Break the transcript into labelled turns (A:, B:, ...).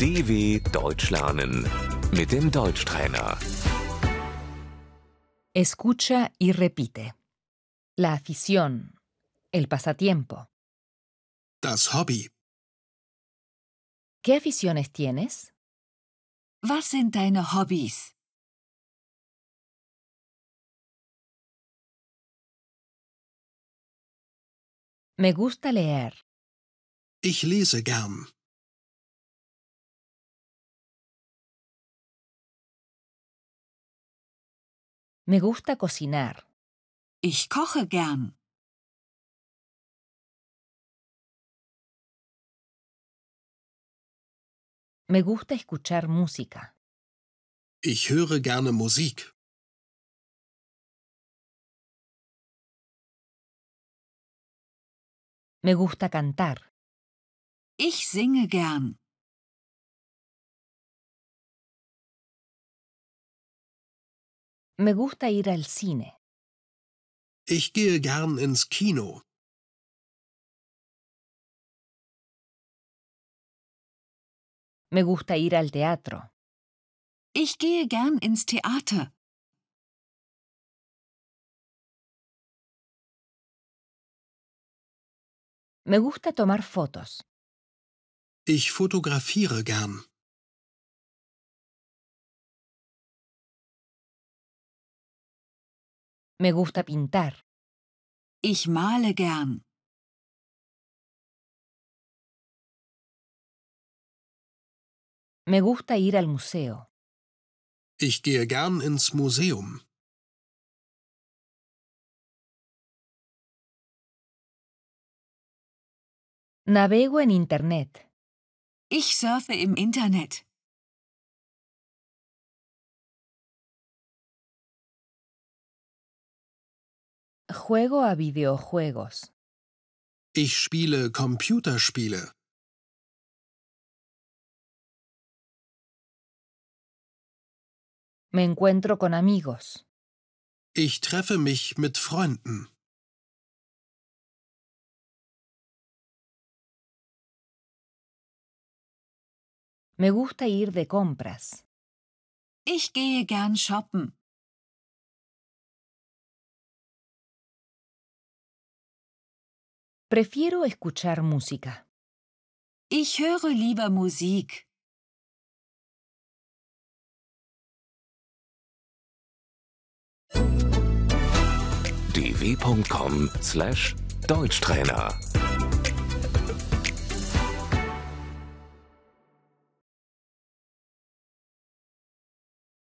A: DW Deutsch lernen mit dem Deutschtrainer.
B: Escucha y repite. La afición. El pasatiempo.
C: Das Hobby.
B: ¿Qué aficiones tienes?
D: Was sind deine Hobbys?
B: Me gusta leer.
C: Ich lese gern.
B: Me gusta cocinar.
D: Ich koche gern.
B: Me gusta escuchar música.
C: Ich höre gerne Musik.
B: Me gusta cantar.
D: Ich singe gern.
B: Me gusta ir al cine.
C: Ich gehe gern ins Kino.
B: Me gusta ir al teatro.
D: Ich gehe gern ins Theater.
B: Me gusta tomar fotos.
C: Ich fotografiere gern.
B: Me gusta pintar.
D: Ich male gern.
B: Me gusta ir al museo.
C: Ich gehe gern ins Museum.
B: Navego en Internet.
D: Ich surfe im Internet.
B: Juego a videojuegos.
C: Ich spiele Computerspiele.
B: Me encuentro con amigos.
C: Ich treffe mich mit Freunden.
B: Me gusta ir de compras.
D: Ich gehe gern shoppen.
B: Prefiero escuchar música.
D: Ich höre lieber Musik.
A: dw.com/deutschtrainer